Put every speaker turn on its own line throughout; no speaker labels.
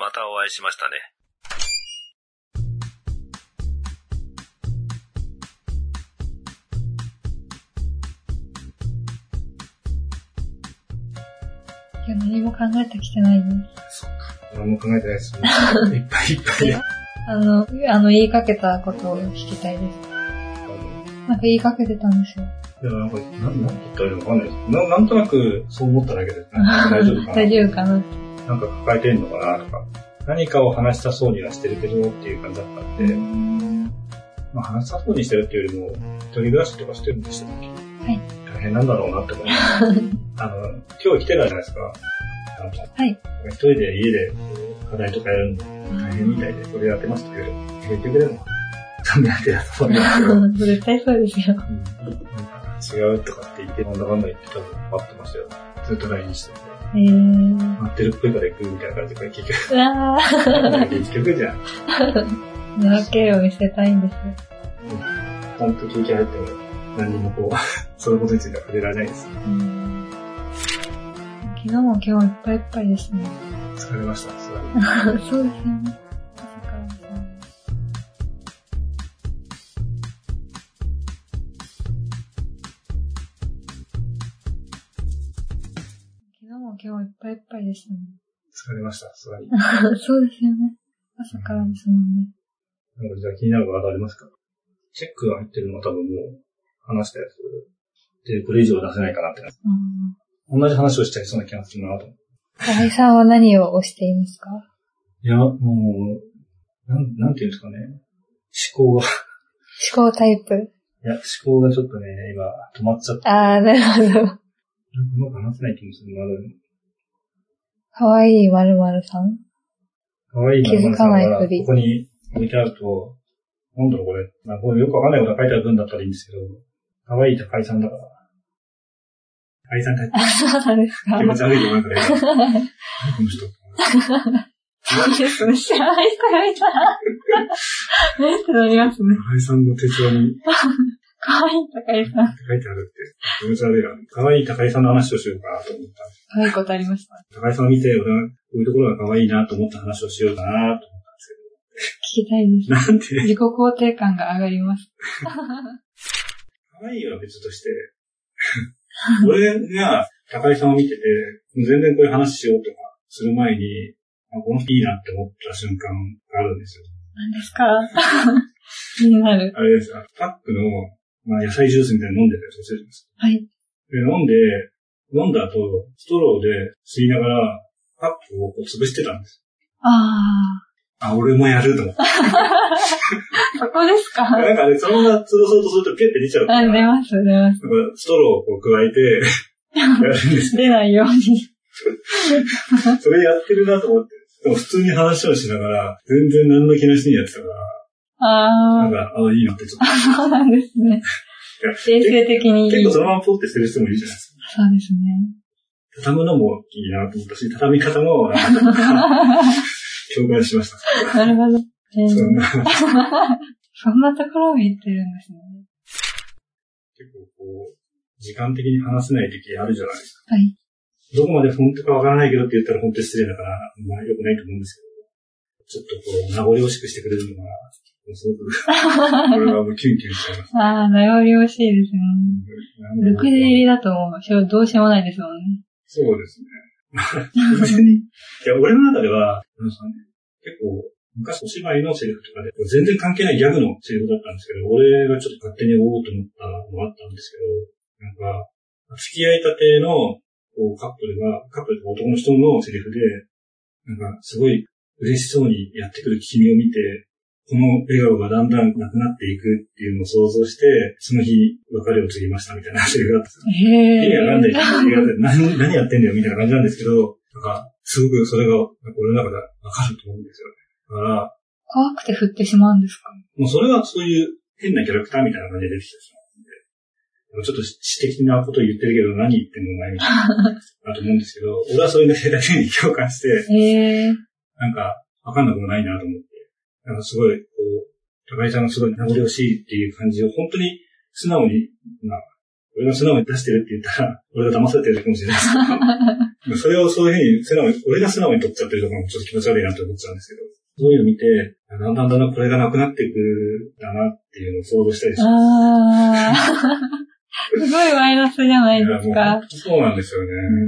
またお会いしましたね。
いや、何も考えてきてないです。
何も考えてないです。いっぱいいっぱいで。
あの、あの、言いかけたことを聞きたいです。なんか言いかけてたんですよ。
いや、なんか、なんなんて言ったらいいのかわかんないですな。なんとなく、そう思っただけですね。大丈夫かな
大丈夫かな
なんか抱えてんのかなとか。何かを話したそうにはしてるけどっていう感じだったんで、まあ、話したそうにしてるっていうよりも、一人暮らしとかしてるんでしたっけ
い
大変なんだろうなって思い ます。あの、今日来てたじゃないですか。あの
はい。
一人で家で課題とかやるの大変みたいで、それやってましたけど、結局でも、ダメな手だと思いますけど。
絶対そうですよ。
違うとかって言って、なんだかんだ言って多分待ってましたよ。ずっと LINE してて。
えー。
待ってるっぽいから行くみたいな感じで、結局、
うわー。
結局じゃん。
ガけを見せたいんですよ。
ちゃんと休憩入っても、何にもこう、 そのことについては触れられないです。
うん昨日も今日いっぱいいっぱいですね。
疲れました、それは
そうですよね。朝からですね昨日も今日いっぱいいっぱいですね。
疲れました、それは
そうですよね。朝からですもんね。
なんかじゃあ気になるワードありますかチェックが入ってるのは多分もう、話したやつで、これ以上出せないかなってな。
うん
同じ話をしちゃいそうな気がするなと思って。
河合さんは何を押していますか
いや、もう、なん、なんていうんですかね。思考が、
思考タイプ。
いや、思考がちょっとね、今、止まっちゃって、
あー、なるほど。
うまく話せない気もするな、でも
かわいいまるまるさん。
可愛い
気づかないふり
ここに置いてあると、なんだろうこれ。まあ、これよくわかんないことが書いてある分だったらいいんですけど、可愛いと解散だから。解散だって
そうなんですか
気持ち悪いよな、これ。何この人。
そうですね。知らない人がいた ら、えってなりますね。
解散の手帳に
かわいい高井さん。
書いてあるって、気持ち悪いな。可愛い高井さんの話をしようかなと思っ
かわいいことありました。
た。高井さんを見て、俺はこういうところが可愛いなと思った話をしようかなと思
聞きたいです。
ったんですけど。なんで
自己肯定感が上がります。
可愛いは別として、 俺が高井さんを見てて、全然こういう話しようとかする前に、あこの人いいなって思った瞬間があるんですよ。
何ですか気になる。
あれですよ、パックの、まあ、野菜ジュースみたいなの飲んでたりするじゃないです
はい。
か。で、飲んで、飲んだ後、ストローで吸いながら、パックをこう潰してたんです。
あ
あ、俺もやると思って。
ー。そこですか
なんかね、そのまま潰そうとするとピュって出ちゃうか
あ、
ら、
出
なんか
ます、出ます。
ストローをこう加えて、やるんですよ
出ないように。
それやってるなと思って。でも普通に話をしながら、全然何の気なしにやってたから、な
あ
ん
ー。
か、ああ、いいなってちょっと。
そうなんですね。衛生的にいい。
結構
そ
そうのままポってする人もいるじゃないですか。
ですね。
畳むのもいいなと思ったし、畳み方も、なんか共感しました。
なるほど。えー
そんな、
そんなところを言ってるんですね。
結構こう、時間的に話せない時あるじゃないですか。
はい。
どこまで本当かわからないけどって言ったら本当に失礼だから、まあ良くないと思うんですけど、ちょっとこう、名残惜しくしてくれるのが、すごく、これはもうキュンキュンしちゃいます。
ああ、名残惜しいですね。
うん
ルクデ入りだともう、どうしようもないですもんね。
そうですね。別 に、いや、俺の中では、なんですかね、結構、昔お芝居のセリフとかで、全然関係ないギャグのセリフだったんですけど、俺がちょっと勝手におおうと思ったのもあったんですけど、なんか、付き合いたてのこうカップルが、カップルとか男の人のセリフで、なんか、すごい嬉しそうにやってくる君を見て、この笑顔がだんだんなくなっていくっていうのを想像して、その日、別れを告げましたみたいなセリフがあったんですよ
へ
意味わかんない
え。
映画で何何やってんだよみたいな感じなんですけど、なんか、すごくそれが俺の中でわかると思うんですよね。だから、
怖くて振ってしまうんですか
もうそれはそういう変なキャラクターみたいな感じで出てきてしまうんで、ちょっと知的なこと言ってるけど何言ってんのお前みたいな、だと思うんですけど、俺はそういうのだけに共感して、
へえ。
なんか、わかんなくもないなと思って、なんかすごい、こう、高井さんがすごい名残惜しいっていう感じを本当に素直に、まあ、俺が素直に出してるって言ったら、俺が騙されてるかもしれないですけど それをそういうふうに素直に、俺が素直に取っちゃってるところもちょっと気持ち悪いなと思っちゃうんですけど、そういうのを見て、だんだんだんだんこれがなくなっていくんだなっていうのを想像したりします。
あー。 すごいマイナスじゃないです
いやも
か
う。そうなんですよね。
う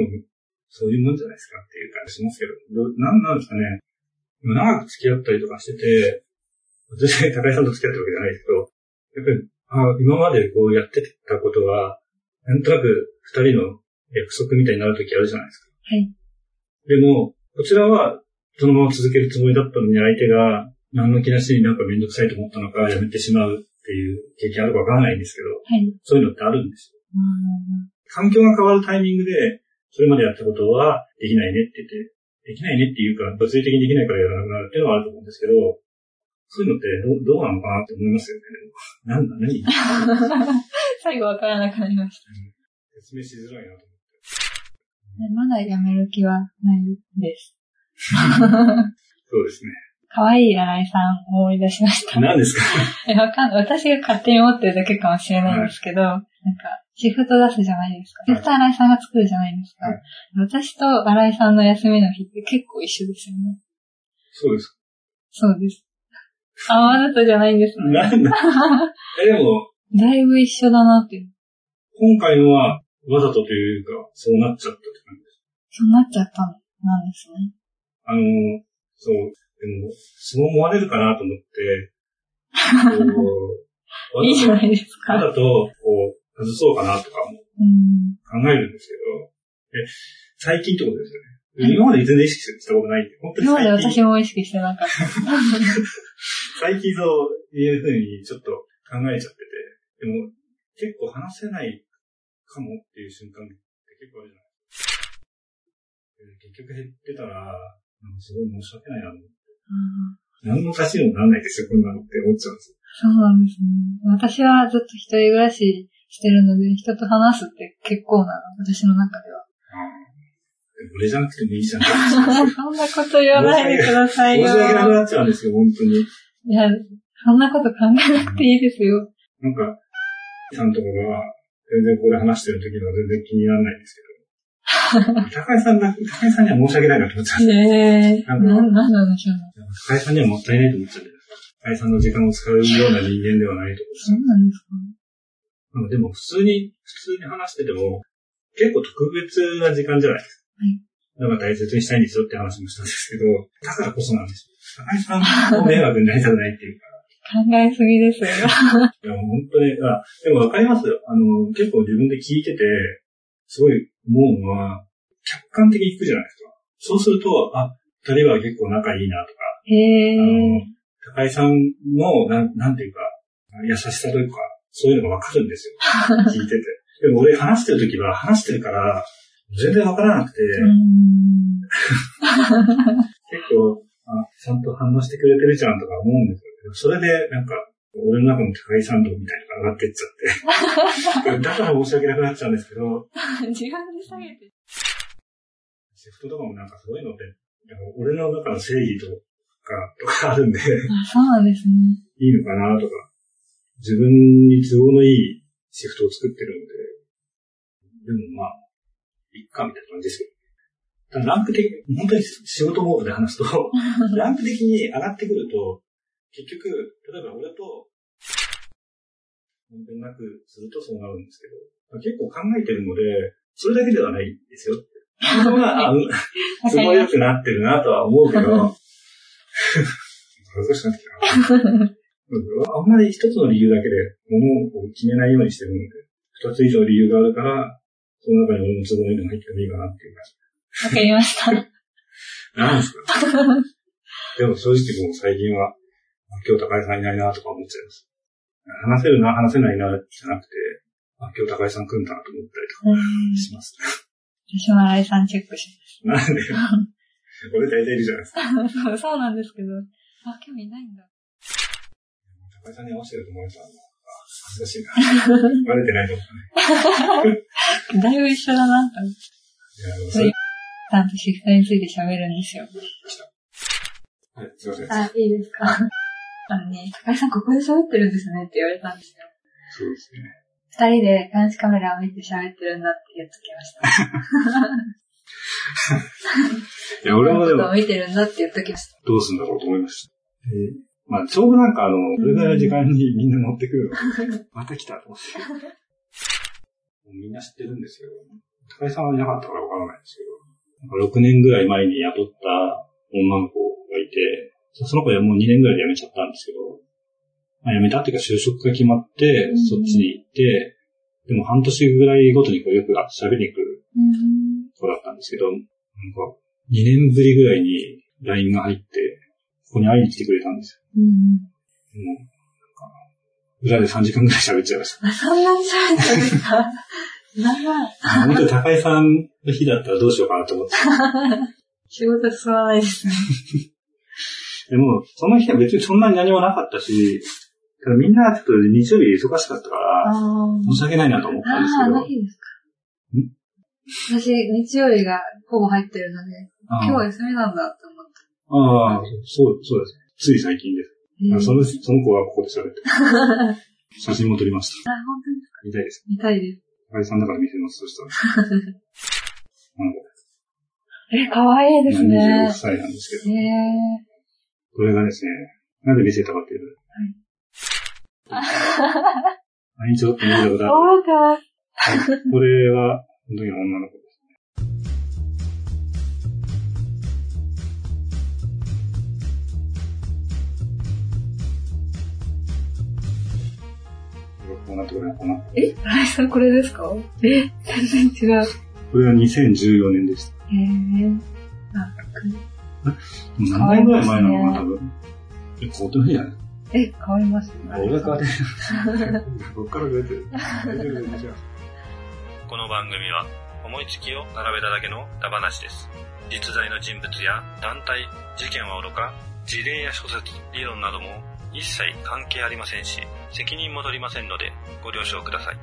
ん
でも、そういうもんじゃないですかっていう感じしますけど、どなんなんですかね。長く付き合ったりとかしてて、私、高井さんと付き合ってるわけじゃないですけど、やっぱり、あ今までこうやってたことは、なんとなく二人の約束みたいになるときあるじゃないですか。
はい。
でも、こちらは、そのまま続けるつもりだったのに、相手が、何の気なしになんかめんどくさいと思ったのか、やめてしまうっていう経験あるかわからないんですけど、
はい。
そういうのってあるんですよ
うん
環境が変わるタイミングで、それまでやったことはできないねって言って、できないねっていうか、物理的にできないからやらなくなるっていうのはあると思うんですけど、そういうのってどうどうなのかなって思いますよね。なんだ、何
最後わからなくなりました。
説明しづらいなと思って。
まだやめる気はないです。
そうですね。
可愛い新井さんを思い出しました。
何ですか
え、わかんない。私が勝手に持ってるだけかもしれないんですけど、なんか、シフト出すじゃないですか。
はい
絶対新井さんが作るじゃないですか。
はい
私と新井さんの休みの日って結構一緒ですよね。
そうです。
そうです。あ、わざとじゃないんですね。
なんだ。え、でも、
だいぶ一緒だなって。
今回のはわざとというか、そうなっちゃったって感じです。
そうなっちゃったのなんですね。
あの、そう、でも、そう思われるかなと思って、 こう
いいじゃないです
わ
か。
ざと、こう、外そうかなとかも
うん。
考えるんですけど、え、最近ってことですよね。今まで全然意識したことないんで、本当に
今まで
最近、
私も意識してなかった。
最近そういうふうにちょっと考えちゃってて、でも結構話せないかもっていう瞬間って結構あるじゃないですか。で結局減ってたら、なんかすごい申し訳ないな。
うん
何の足しにもなんないですよ、こんなのって思っちゃうんですよ。
そうなんですね。私はずっと一人暮らししてるので、人と話すって結構な、私の中 では。
でも俺じゃなくてもいいじゃん。
そんなこと言わないでください
申
よ
し。訳なくなっちゃうんですよ、本当に。
いや、そんなこと考えなくていいですよ。
なんか、さんとかが、全然ここで話してる時のは全然気にならないんですけど。高井さんだ、高井さんには申し訳ないなと思っちゃう。
ねえ、
あ
な、
の
なんなんでしょうね。
高井さんにはもったいないと思っちゃう。高井さんの時間を使うような人間ではないと
そうなんですか
思う。でも普通に、普通に話してても、結構特別な時間じゃないですか。だから大切にしたいんですよって話もしたんですけど、だからこそなんですよ。高井さんの迷惑になりたくないっていうか。
考えすぎですよ。
いや、本当に、あ、でもわかりますよ。あの、結構自分で聞いてて、すごい思うのは、客観的に聞くじゃないですか。そうすると、あ、二人は結構仲いいなとか、
へえ
あの、高井さんの、なん、なんていうか、優しさというか、そういうのがわかるんですよ。聞いてて。でも俺話してる時は話してるから、全然わからなくて、
うん
結構、あ、ちゃんと反応してくれてるじゃんとか思うんですけど、それで、なんか、俺の中の高井さん度みたいなのが上がってっちゃって。だから申し訳なくなっちゃうんですけど、
自分で下げて。
シフトとかもなんかそういうのって、なんか俺の中の正義とか、とかあるんで、
あ、そうなんですね。
いいのかなとか、自分に都合のいいシフトを作ってるんで、でもまあ、いっかみたいな感じですけど。ただランク的、本当に仕事モードで話すと、ランク的に上がってくると、結局、例えば俺と、問題なくするとそうなるんですけど、結構考えてるので、それだけではないですよ。そこが、あうん
わ
す
かり
ごい
ま
良
す
くなってるなとは思うけど、 難しくなってきたな。うんあんまり一つの理由だけで物を決めないようにしてるので、二つ以上理由があるから、その中に俺の都合のいいのが入ってもいいかなっていう感じ。
わかりました。
なんですかでも正直もう最近は、あ今日高井さんいないなとか思っちゃいます。話せるな、話せないなじゃなくて、あ今日高井さん来るんだなと思ったりと
うん
かします。
私も新井さんチェックし
なんで、
ます。
俺大体いるじゃないですか。
そうそうなんですけど。あ、興味ないんだ。
高井さんに合わせてると思われたら、あ恥ずかしいな。バレてないと思うね。
だいぶ一緒だな、と思って。
いや、でもそれ
ちゃんとシフトについて喋るんですよ。
はい、すいません。
あ、いいですか。あのね、高井さんここで喋ってるんですねって言われたんですよ。
そうですね。
二人で監視カメラを見て喋ってるんだって言っときました。
いや、俺もで
この
も
こ、とを見てるんだって言っときました。
どうすんだろうと思いました。えーまあ、ちょうどなんかあの、それぐらいの時間にみんな乗ってくるの。 また来たと思って。もうみんな知ってるんですけど、高井さんはいなかったからわからないんですけど、なんか6年ぐらい前に雇った女の子がいて、そその子はもう2年ぐらいで辞めちゃったんですけど、まあ、辞めたっていうか就職が決まって
うん、
そっちに行って、でも半年ぐらいごとにこうよく喋りに来る
うん。
そうだったんですけど、なんか、2年ぶりぐらいに LINE が入って、ここに会いに来てくれたんです
うん。
よ。もう、なんか裏で3時間ぐらい喋っちゃいました。
あ、そんなに喋ってるんです か長い。
あの本当に高井さんの日だったらどうしようかなと思って。
仕事進まないですね。
でも、その日は別にそんなに何もなかったし、ただみんなちょっと日曜日忙しかったか
あ
ら、
あ。
申し訳ないなと思ったんです
ああ、あ
け
の
ど、
日ですか。私、日曜日がほぼ入ってるので、
あ
今
ー
日休みなんだって思っ
あー、そう、そうです。つい最近です。
た。
そ
えー
のその子がここで喋 って、写真も撮りました。
あ、本当に
見たいです。
見たいです。
高井さんだから見せます、そしたら。 うん
え、かわいいですね
26。歳なんですけど、
ええ
これがですね、なんで見せたかっていうと、あい、ちょっと見たこと
ー、
ある
覚えてます。
これは、本当に女の子ですね。こうなってこれなこうなって
え、新井さんこれですかえ、全然違う。
これは2014年でした。
えー、なんか
もう何年ぐらい前なのかな、多分。え、こういうじゃない
え、変わりますね。
俺が変わってる。こっから出てる。大丈夫大丈夫
この番組は思いつきを並べただけのダバなしです。実在の人物や団体、事件はおろか、事例や諸説、理論なども一切関係ありませんし、責任も取りませんのでご了承ください。